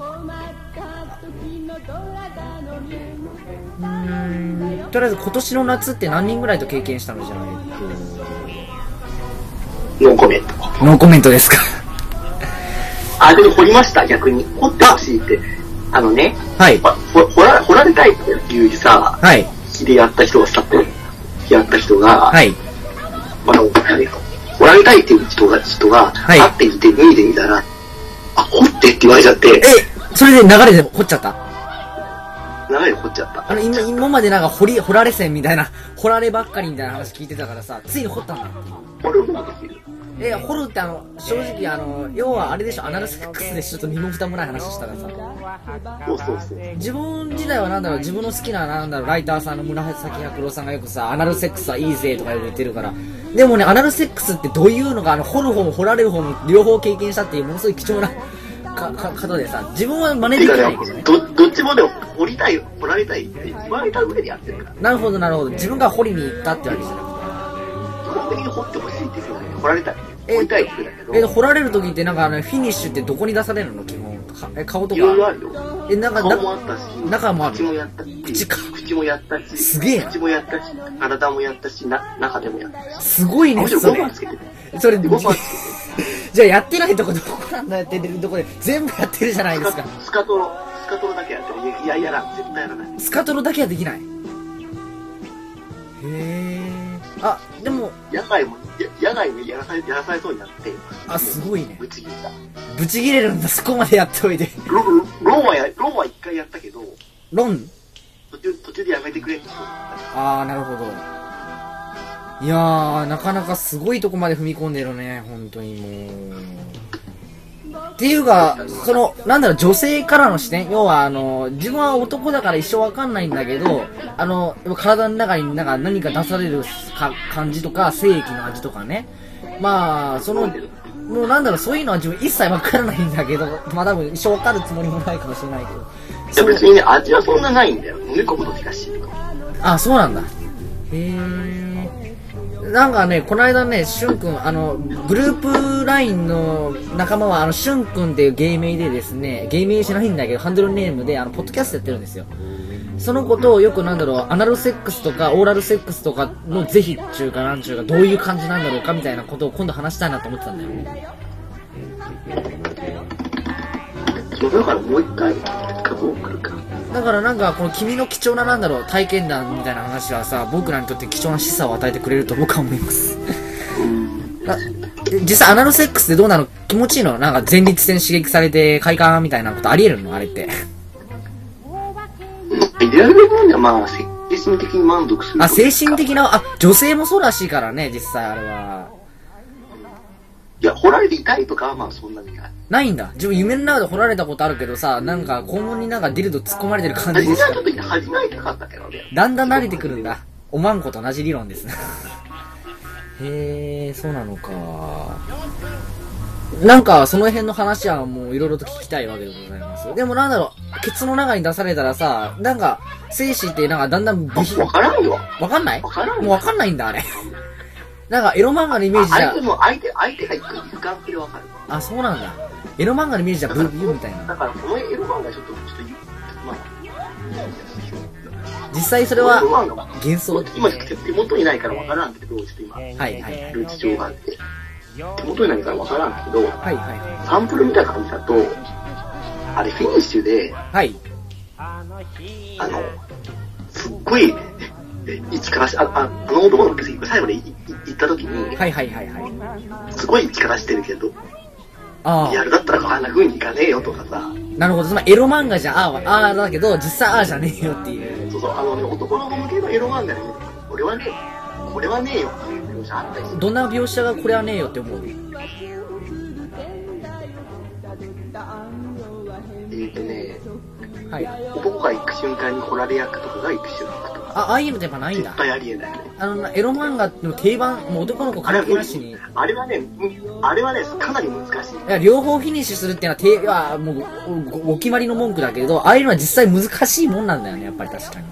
Speaker 1: うーんとりあえず今年の夏って何人ぐらいと経験したのじゃない
Speaker 2: ノーコメント。
Speaker 1: ノーコメントですか。
Speaker 2: あ、でも掘りました、逆に。掘ってほしいって。あのね、
Speaker 1: はい。
Speaker 2: ほ掘ら、掘られたいっていうさ、
Speaker 1: はい。
Speaker 2: 気でやった人がさって、やった人が、
Speaker 1: はい。
Speaker 2: まあ、掘られたいっていう人が、人が、
Speaker 1: はい
Speaker 2: 会ってみて脱いでみたら、あ、掘ってって言われちゃって、
Speaker 1: え、それで流れで掘っちゃった
Speaker 2: 流れで掘っちゃった。
Speaker 1: あの、今、今までなんか掘り、掘られ線みたいな、掘らればっかりみたいな話聞いてたからさ、ついに掘ったんだ。
Speaker 2: 掘ることができる。
Speaker 1: え、掘るってあの、正直あの、要はあれでしょ、アナルセックスでしょちょっと身も蓋もない話したからさ。
Speaker 2: そうそうそう。
Speaker 1: 自分自体はなんだろう、自分の好きななんだろう、ライターさんの紫百郎さんがよくさ、アナルセックスはいいぜとか言ってるから。でもね、アナルセックスってどういうのか、あの、掘る方も掘られる方も両方経験したっていうものすごい貴重な、か、か、角でさ、自分は真似
Speaker 2: て
Speaker 1: で
Speaker 2: い
Speaker 1: き
Speaker 2: う
Speaker 1: ない
Speaker 2: か
Speaker 1: けど
Speaker 2: ね、
Speaker 1: ね。
Speaker 2: ど、どっちもでも、掘りたい、掘られたいって言われた上でやってるから。
Speaker 1: なるほど、なるほど。自分が掘りに行ったってわけじゃなくて。
Speaker 2: 基本的に掘ってほしいって言うんだけど、掘られたい。
Speaker 1: え
Speaker 2: 掘りたいって言うんだけど、
Speaker 1: え、掘られる時ってなんかあの、フィニッシュってどこに出されるの基本。かえ、顔と
Speaker 2: いろいろあ
Speaker 1: か。
Speaker 2: るよ。
Speaker 1: え、なんか、
Speaker 2: 顔もあ
Speaker 1: な、
Speaker 2: ったし、
Speaker 1: 中もある
Speaker 2: 口もやったし、
Speaker 1: 口か
Speaker 2: 口もやったし、
Speaker 1: すげえな
Speaker 2: 口もやったし、体もやったし、な、中でもやったし。
Speaker 1: すごい
Speaker 2: む
Speaker 1: ね、
Speaker 2: しろ
Speaker 1: そ
Speaker 2: 5
Speaker 1: れ
Speaker 2: 番。つけてる。
Speaker 1: それ、
Speaker 2: 5
Speaker 1: じ
Speaker 2: 番 つけて
Speaker 1: ゃあやってないとこどこなんだよやってるとこで、全部やってるじゃない
Speaker 2: る
Speaker 1: ですか。
Speaker 2: スカトロ、スカトロだけやってる。いや、いややらん、絶対やらない。
Speaker 1: スカトロだけはできない。へえ。あ、でも、
Speaker 2: 野外も、や野外にやらされ、やらされそうになって、
Speaker 1: あ、すごいね
Speaker 2: ぶ。ち切った。
Speaker 1: ぶち切れるんだ、そこまでやっておいて。
Speaker 2: ロロローはや、ローは一回やったけど、
Speaker 1: ロン。
Speaker 2: 途中、途中でやめてくれって言った
Speaker 1: あー、なるほど。いやー、なかなかすごいとこまで踏み込んでるね、本当にもう。っていうか、その、なんだろう、女性からの視点要は、あの、自分は男だから一生わかんないんだけど、あの、やっぱ体の中になんか何か出されるか感じとか、精液の味とかね。まあ、その、もうなんだろう、そういうのは自分一切わからないんだけど、まあ多分一生わかるつもりもないかもしれないけど。
Speaker 2: いや別にね、味はそんなないんだよ。飲み込むとしかしいとか。
Speaker 1: あ、そうなんだ。へえ。なんかね、この間ね、しゅんくん、あの、グループラインの仲間は、あの、しゅんくんっていう芸名でですね、芸名じゃないんだけど、ハンドルネームで、あの、ポッドキャストやってるんですよ。そのことをよくなんだろう、アナルセックスとか、オーラルセックスとかの是非中かなんちゅうか、どういう感じなんだろうかみたいなことを今度話したいなと思ってたんだよ。
Speaker 2: そのだからもう一回、かどう来るか。
Speaker 1: だからなんかこの君の貴重ななんだろう体験談みたいな話はさ僕らにとって貴重な示唆を与えてくれると僕は思います あで実際アナロセックスってどうなの気持ちいいのなんか前立腺刺激されて快感みたいなことありえるのあれって
Speaker 2: イデアル的にはまあ、精神的に満足する。
Speaker 1: あ精神的なあ女性もそうらしいからね実際あれはい
Speaker 2: や、掘られて痛いとかはまあそんなにない。
Speaker 1: ないんだ自分夢の中で掘られたことあるけどさなんか肛門になんかディルド突っ込まれてる感じ
Speaker 2: 初
Speaker 1: で
Speaker 2: め
Speaker 1: し
Speaker 2: は
Speaker 1: た
Speaker 2: ちょっと恥が痛かったけどね。
Speaker 1: だんだん慣れてくるんだ。おまんこと同じ理論ですね。 へえ、そうなのか。なんか、その辺の話はもういろいろと聞きたいわけでございます。でもなんだろう、ケツの中に出されたらさ、なんか、精子ってなんかだんだん美
Speaker 2: わ
Speaker 1: 品、
Speaker 2: からんよ。
Speaker 1: わかんない
Speaker 2: わからんよ
Speaker 1: もうわかんないんだ、あれ。なんか、エロ漫画のイメージじ
Speaker 2: 相
Speaker 1: ゃ
Speaker 2: 手、も、相手、相手が行く時間ってわかる。
Speaker 1: あ、そうなんだ。エロ漫画のイメージじゃブーブーみたい
Speaker 2: だ
Speaker 1: な。
Speaker 2: から、このエロ漫画ちょっと、ちょっと、まあ、
Speaker 1: 実際そ
Speaker 2: そ
Speaker 1: れは
Speaker 2: エロ、漫画は、
Speaker 1: 幻想。
Speaker 2: 今、手元にないからわからんけど、ちょっと今、
Speaker 1: はいはいはい。
Speaker 2: ルーツ上があって、手元にないからわからんけど、
Speaker 1: はいはい。
Speaker 2: サンプル見た感じだと、あれフィニッシュで、
Speaker 1: はい。
Speaker 2: あの、すっごい、一からし、あ ああの男の子が最後でいい行った時に、
Speaker 1: はいはいはいはい。
Speaker 2: すごい一からしてるけど、
Speaker 1: ああ
Speaker 2: リ。アルだったらあんな風にいかねえよとかさ、
Speaker 1: なるほど、つまりエロ漫画じゃああはああだけど、実際ああじゃねえよっていう。
Speaker 2: そうそう、あのね、男の子向けのエロ漫画で、俺はね、これはねえよっていう描写あったりする。
Speaker 1: どんな描写がこれはねえよって思う。
Speaker 2: えーとね、
Speaker 1: はい。あ、
Speaker 2: 男が行く瞬間にホラれ役とかが行く瞬間とか、
Speaker 1: ああいうのってやっぱないん
Speaker 2: 絶
Speaker 1: だ。
Speaker 2: 対ありえないね。
Speaker 1: あの、エロ漫画の定番、もう男の子
Speaker 2: あ
Speaker 1: 関
Speaker 2: れは
Speaker 1: 係
Speaker 2: 無
Speaker 1: なしに
Speaker 2: 理。あれはね、むあれはね、かなり難しい。
Speaker 1: いや両方フィニッシュするっていうのは、てはもうおおお決まりの文句だけど、ああいうのは実際難しいもんなんだよね、やっぱり確かに。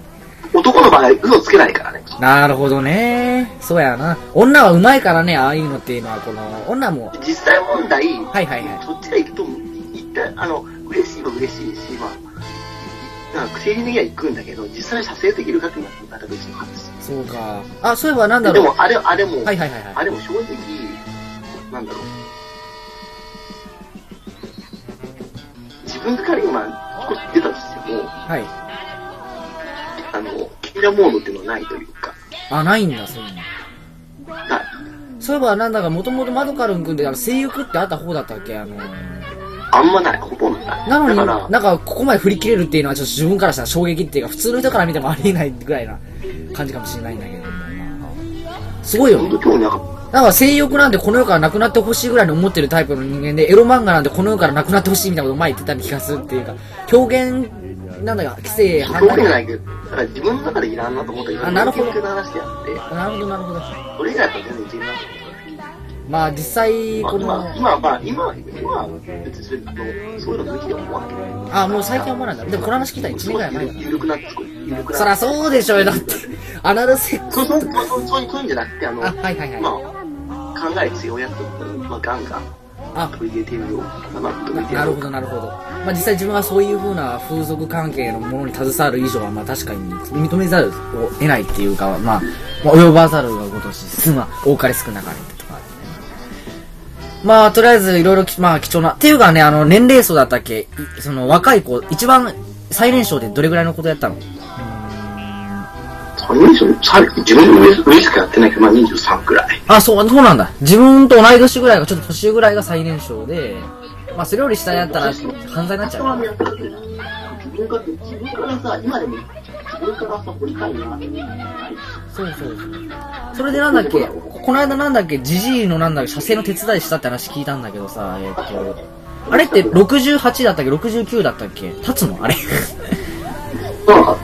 Speaker 2: 男の場合、嘘つけないからね。
Speaker 1: なるほどね。そうやな。女は上手いからね、ああいうのっていうのは、この、女も。
Speaker 2: 実際問題、
Speaker 1: はいはいはい。
Speaker 2: そっちが行くと、一旦、あの、嬉しいは嬉しいし、まあ、なんか、生理的には行くんだけど、実際射精できるかっていうのは、また別の話。
Speaker 1: そうか。あ、そういえばなんだ
Speaker 2: で
Speaker 1: ろう。
Speaker 2: も、あれ、あれも、
Speaker 1: はいはいはいは
Speaker 2: あ
Speaker 1: い。
Speaker 2: れも正直、なんだろう。自分から今、少し出たとしても、
Speaker 1: はい。
Speaker 2: あの、キラモードっていうのはないというか、
Speaker 1: あ、ないんだ、そういうの。
Speaker 2: ない。
Speaker 1: そういえば、なんだか、もともとマドカルン君で、あの、性欲ってあった方だったっけあの
Speaker 2: あんまない、ほとんどない。
Speaker 1: なのに、
Speaker 2: だか
Speaker 1: な
Speaker 2: ら
Speaker 1: ん、か、ここまで振り切れるっていうのは、ちょっと自分からしたら衝撃っていうか、普通の人から見てもありえないぐらいな感じかもしれないんだけど、すごいよ
Speaker 2: ほん
Speaker 1: ね。
Speaker 2: と興味なかっ
Speaker 1: なんか、性欲なんてこの世からなくなってほしいぐらいに思ってるタイプの人間で、エロ漫画なんてこの世からなくなってほしいみたいなことを前言ってた気がするっていうか、表現、なんだか、規制、
Speaker 2: た。
Speaker 1: 判
Speaker 2: 興味
Speaker 1: 断。
Speaker 2: ないけど、だから自分の中でいらんなと思ったけど、
Speaker 1: あなるほど
Speaker 2: 結局の話であって、
Speaker 1: なるほど、なるほど。
Speaker 2: 俺以外だったら全然いけるなと思っ
Speaker 1: まあ実際、
Speaker 2: まあ
Speaker 1: こ
Speaker 2: 今
Speaker 1: の
Speaker 2: は、、今は、まあ、今は、今は、別に、あの、そういうの抜きで思わない。
Speaker 1: あ、もう最近は思わないんだ。でもこの話聞いたら1年
Speaker 2: す
Speaker 1: ぐ
Speaker 2: ごい
Speaker 1: らい前だ
Speaker 2: 緩くなってくる。緩く
Speaker 1: な。そ
Speaker 2: な
Speaker 1: ら
Speaker 2: ってくる。
Speaker 1: そうでしょうよ、だって。アナルセック
Speaker 2: そう
Speaker 1: ス
Speaker 2: そうそうそうそういうそういうんじゃなくて、あの、
Speaker 1: あ、はいはいはい。
Speaker 2: まあ、考え強いやつを、まあ、ガンガン
Speaker 1: あ、
Speaker 2: 取り入れてみようかなと思って。
Speaker 1: なるほどなるほど。まあ実際自分はそういう風な風俗関係のものに携わる以上は、まあ確かに認めざるを得ないっていうか、まあ、まあ、及ばざるがごとし、 まあ、多かれ少なかれってとか。まあ、とりあえず、いろいろき、まあ、貴重な。っていうかね、あの、年齢層だったっけいその、若い子、一番、最年少でどれぐらいのことやったの
Speaker 2: それ以上さ自分の上上しかやってないけど、まあ、23くらい。
Speaker 1: あ、そう、そうなんだ。自分と同い年ぐらいが、ちょっと年ぐらいが最年少で、まあ、それより下やったら、犯罪になっちゃうから。
Speaker 2: 自分から、自分からさ、今でも、自分からさ、掘りたいなっていうのがない
Speaker 1: そうそうそう。それでなんだっけ、この間なんだっけ、ジジイのなんだっけ、写生の手伝いしたって話聞いたんだけどさ、えっ、と、あれって68だったっけ、69だったっけ立つのあれ。
Speaker 2: そうなか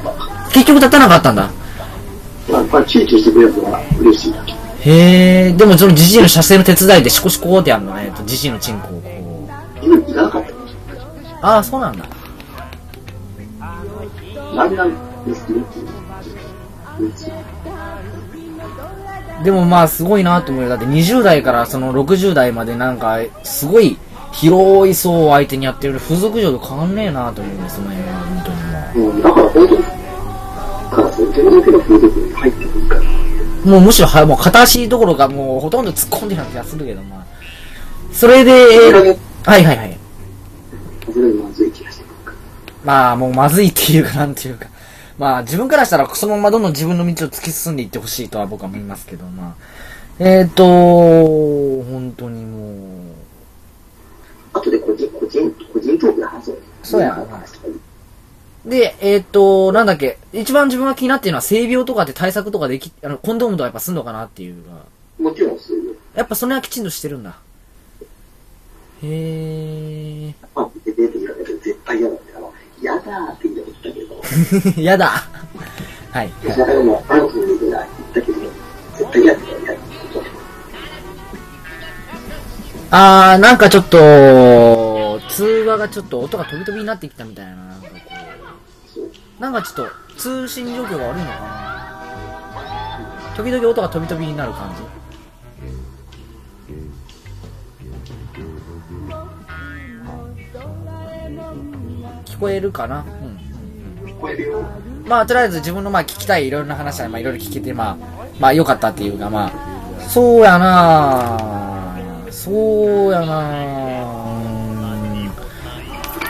Speaker 1: 結局立たなかったんだ。
Speaker 2: った。まあ、やっぱり、躊躇してくれるのが嬉しいな。
Speaker 1: へえ、でもそのジジイの写生の手伝いでシコシコってやるの、えっ、と、ジジイのチンコをこう。
Speaker 2: 今、いらなかった。
Speaker 1: ああ、そうなんだ。
Speaker 2: なんなんですけど、
Speaker 1: でもまあすごいなと思うよ。だって20代からその60代までなんか、すごい広い層を相手にやってる風俗嬢と変わんねえなと思うんですよね、本当にもう。
Speaker 2: うん、だから本当に、からそう、自分だけの風俗に入ってくるから。
Speaker 1: もうむしろは、もう片足どころか、もうほとんど突っ込んでるような気がするけど、まあ。それで、えーはいはいはい。
Speaker 2: それがまずい気がしてくる。
Speaker 1: まあ、もうまずいっていうか、なんていうか。 まあ、自分からしたら、そのままどんどん自分の道を突き進んでいってほしいとは僕は思いますけど、まあ。えっ、ー、と本当にもう、
Speaker 2: あとで個人、個人、個人トークで話そう。
Speaker 1: そうやなで、えっ、と、なんだっけ、一番自分が気になってるのは、性病とかって対策とかでき、あの、コンドームとかやっぱすんのかなっていうか。
Speaker 2: もちろんそういう。
Speaker 1: やっぱそれはきちんとしてるんだ。へー。
Speaker 2: まあ、出てきたけど、絶対嫌だって、あの、嫌だーって言ったけ ど、
Speaker 1: やだ。はい。
Speaker 2: 吉田がもう、あの人に出てないって言ったけど、絶対嫌だって言ったけど、
Speaker 1: あー、なんかちょっと、通話がちょっと音が飛び飛びになってきたみたいな。なんかこ
Speaker 2: そう。
Speaker 1: う、なんかちょっと、通信状況が悪いのかな。時々音が飛び飛びになる感じ。聞こえるかなうん。
Speaker 2: 聞こえるよ。
Speaker 1: まあ、とりあえず自分のまあ聞きたいいろいろな話は、まあ、いろいろ聞けて、まあ、まあ、良かったっていうか、まあ、そうやなあそうやなあ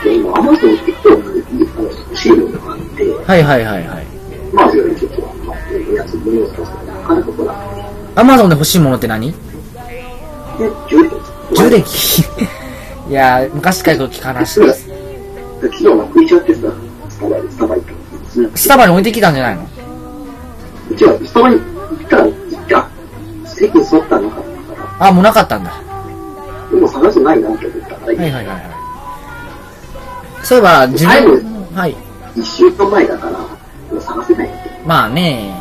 Speaker 2: で、今、アマゾン結構、あの、シールがあって、
Speaker 1: はいはいはいはい。
Speaker 2: まあ、それにちょっと、まあ、やつ、物を出すから、なかなかほら、
Speaker 1: アマゾンで欲しいものって何
Speaker 2: で、充電。
Speaker 1: 充電器 いやー、昔からよく聞かなし
Speaker 2: そう
Speaker 1: で
Speaker 2: だ。
Speaker 1: す。
Speaker 2: 昨日なくいちゃってさ、スタバに、スタバ行ったの。
Speaker 1: スタバに置いてきたんじゃないの
Speaker 2: うちはスタバに行ったら、行った。席に座ったらなかったから。
Speaker 1: あ、もうなかったんだ。
Speaker 2: でも探してないなって思ったから、
Speaker 1: はいはいはいはい。そういえば、自分、はい。
Speaker 2: 1週間前だから、もう探せないって。
Speaker 1: まあね、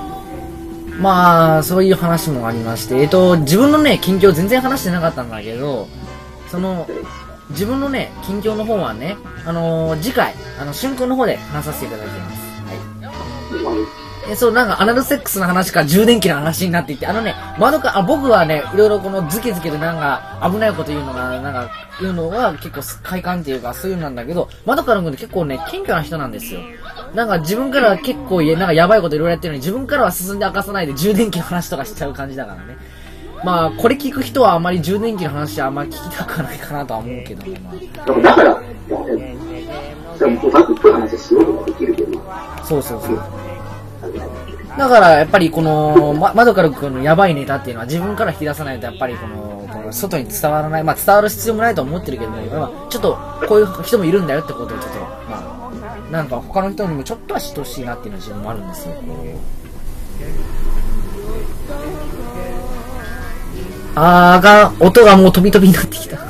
Speaker 1: まあ、そういう話もありまして、えっと、自分のね、近況全然話してなかったんだけど、その、自分のね、近況の方はね、あのー次回、あの、春君の方で話させていただきます。は
Speaker 2: もう
Speaker 1: い。え、そう、なんか、アナルセックスの話から充電器の話になっていって、あのね、窓か、あ、僕はね、いろいろこの、ズケズケでなんか、危ないこと言うのが、なんか、言うのが結構快感っていうか、そういうのなんだけど、窓からの結構ね、謙虚な人なんですよ。なんか自分からは結構いえ、なんかやばいこといろいろやってるのに、自分からは進んで明かさないで充電器の話とかしちゃう感じだからね。まあ、これ聞く人はあまり充電器の話はあんまり聞きたくはないかなとは思うけど、まあ。
Speaker 2: だから、だから、えでも、オタクっぽい話はしようができるけど、
Speaker 1: そうそうそう。
Speaker 2: あれなんだけど
Speaker 1: だから、やっぱりこの、ま、窓からくんのやばいネタっていうのは自分から引き出さないと、やっぱりこの、この外に伝わらない、まあ伝わる必要もないとは思ってるけども、まあ、ちょっと、こういう人もいるんだよってことをちょっと、まあ、なんか他の人にもちょっとは知ってほしいなっていうのは自分もあるんですよ、こうあーが、音がもう飛び飛びになってきた。
Speaker 2: じゃあ、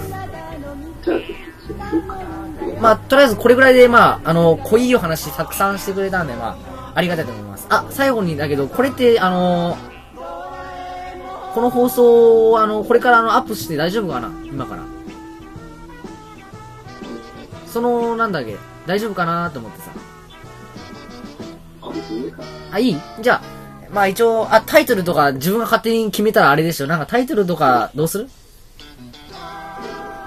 Speaker 2: そうそうか。
Speaker 1: まあ、とりあえずこれぐらいで、まあ、あの、濃いお話たくさんしてくれたんで、まあ、ありがたいと思います。あ、最後にだけど、これって、あのこの放送を、あの、これからあのアップして大丈夫かな今から。その、なんだっけ、大丈夫かなと思ってさ。
Speaker 2: あ、別に。
Speaker 1: あ、いいじゃあ、まあ一応、あ、タイトルとか自分が勝手に決めたらあれでしょ。なんかタイトルとかどうする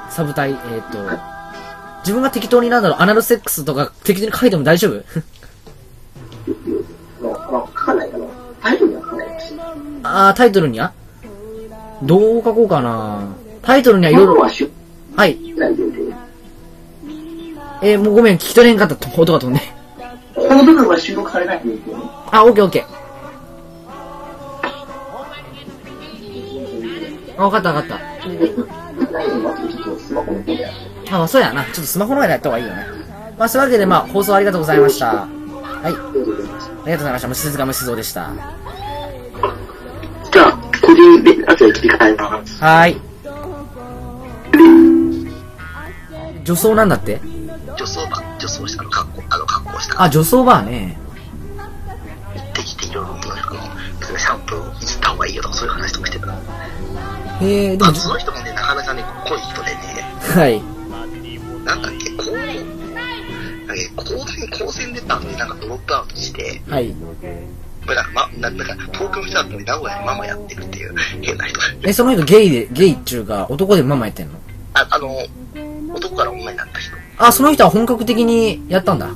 Speaker 1: サブタイ、えーっ、と、自分が適当になんだろう、アナルセックスとか適当に書いても大丈夫
Speaker 2: まあ、まあ、書かないかな。タイムが書かないし。
Speaker 1: あー、タイトルにはどう書こうかなタイトルにはいろい
Speaker 2: 夜
Speaker 1: ろ、
Speaker 2: は出
Speaker 1: はい。
Speaker 2: 題で、
Speaker 1: えー、もうごめん、聞き取れんかったと音が飛んで。
Speaker 2: この部分は収録されないんですよね。
Speaker 1: あ、オッケーオッケー。あ、わかったわかっ
Speaker 2: ないのは、ちょっとスマホの方でやる。
Speaker 1: た。あ、まあそうやな。ちょっとスマホの前でやった方がいいよね。まあそういうわけで、まあ放送ありがとうございました。はい。
Speaker 2: ありがとうございます。
Speaker 1: ありがとうございました。虫鈴が虫蔵でした。は
Speaker 2: じゃあ、個人で、あとで切り替えます。
Speaker 1: ーい。女装なんだって
Speaker 2: 女装ば、女装したの、格好、あの、格好した。
Speaker 1: あ、女装バーね。
Speaker 2: できていろいろと、シャンプーをした方がいいよとか、そういう話とかしてた。ま
Speaker 1: へえ、でも
Speaker 2: あ、、その人もね、なかなかね、濃い人でね、
Speaker 1: はい。
Speaker 2: なんだっけ、高校、なんか高専、高専出たのになんかドロップアウトして、
Speaker 1: はい。
Speaker 2: まあなんか、ま、なんか東京の人だったのに名古屋でママやってるっていう変な人。
Speaker 1: え、その人ゲイで、ゲイっちゅうか、男でママやってんの
Speaker 2: あ、あの、男から女になった人。
Speaker 1: あ、その人は本格的にやったんだ。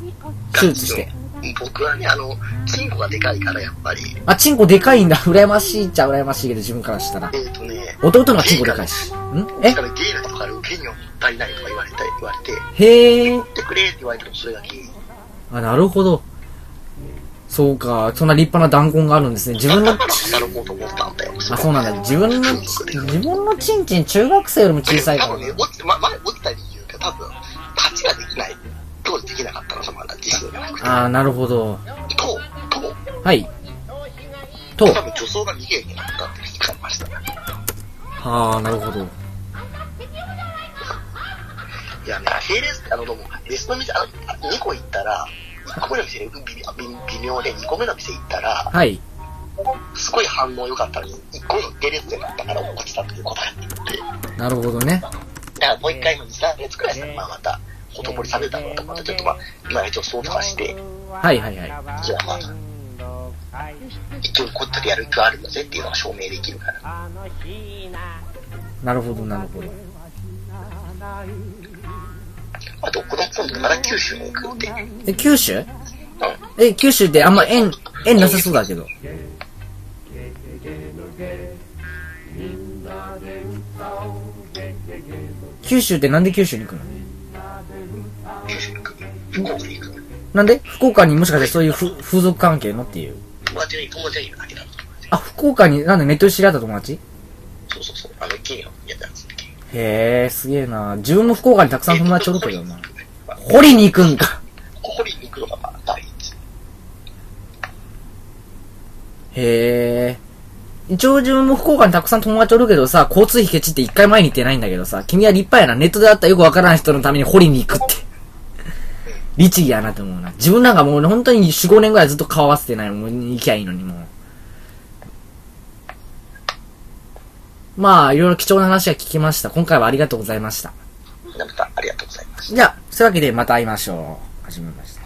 Speaker 1: 手術して。
Speaker 2: 僕はね、あの、チンコがでかいから、やっぱり、
Speaker 1: あ、チンコでかいんだ。羨ましいっちゃ羨ましいけど、自分からしたら。
Speaker 2: えっ、とね、
Speaker 1: 弟の方がチンコでかいし。んえ
Speaker 2: だからゲイの人から受けにもったいないとか言われた言われて、
Speaker 1: へえ。
Speaker 2: 言ってくれって言われてもそれだけ。
Speaker 1: あ、なるほど。そうか。そんな立派な弾痕があるんですね。自分の
Speaker 2: だ、から働こうと思ったんだよ。
Speaker 1: あ、そうなんだ。自分の、自分のチンチン中学生よりも小さいか
Speaker 2: 多
Speaker 1: ら
Speaker 2: 分
Speaker 1: ね
Speaker 2: ね、。落ちて、ま、前落ちた理由が多分、立ちができない。当時できなかったのさ、まだ自信がなくて。
Speaker 1: あー、なるほど。
Speaker 2: と、と、
Speaker 1: はい。と。
Speaker 2: 多分女装が逃げになったって聞かれました。い
Speaker 1: あー、なるほど。
Speaker 2: やね、並列ってあの、どうも、レスの店、あの、2個行ったら、1個目の店で微妙微妙で、2個目の店行ったら、
Speaker 1: はい。
Speaker 2: すごい反応良かったのに、1個の下列でなったから落ちたということやって。
Speaker 1: なるほどね。
Speaker 2: だからもう一回の2、3列くらいしたら、まあまた、ほとぼりされたのと思って、ちょっとまあ、今一応そうとかして、
Speaker 1: はいはいはい。
Speaker 2: じゃあまあ、一応こっちでやる気はあるんだぜっていうのが証明できるから。
Speaker 1: なるほど、なるほど。
Speaker 2: あと、この今度から九州に行くので、うん。
Speaker 1: え、九州え、九州ってあんま縁、縁なさそうだけど。九州ってなんで九州に行くの
Speaker 2: 九州に行く。福岡に行く。
Speaker 1: なんで福岡にもしかしてそういうふ風俗関係のっていう。
Speaker 2: 友達に友達がいるだけだと。
Speaker 1: あ、福岡に、なんでネットで知り合った友達
Speaker 2: そうそうそう。あの、金曜日やったんですけ
Speaker 1: へえ、すげえな。自分も福岡にたくさん友達おるけどな。掘りに行くんか。
Speaker 2: 掘りに行くのがまあ、第一。
Speaker 1: へえ。一応自分も福岡にたくさん友達おるけどさ、交通費ケチって一回前に行ってないんだけどさ、君は立派やな。ネットであったよくわからない人のために掘りに行くって。律儀やなと思うな。自分なんかもう本当に4、5年ぐらいずっと顔合わせてない。もう行きゃいいのにもう。まあ、いろいろ貴重な話が聞きました。今回はありがとうございました。
Speaker 2: みんなまたありがとうございました。
Speaker 1: じゃあ、そういうわけでまた会いましょう。はじめまして。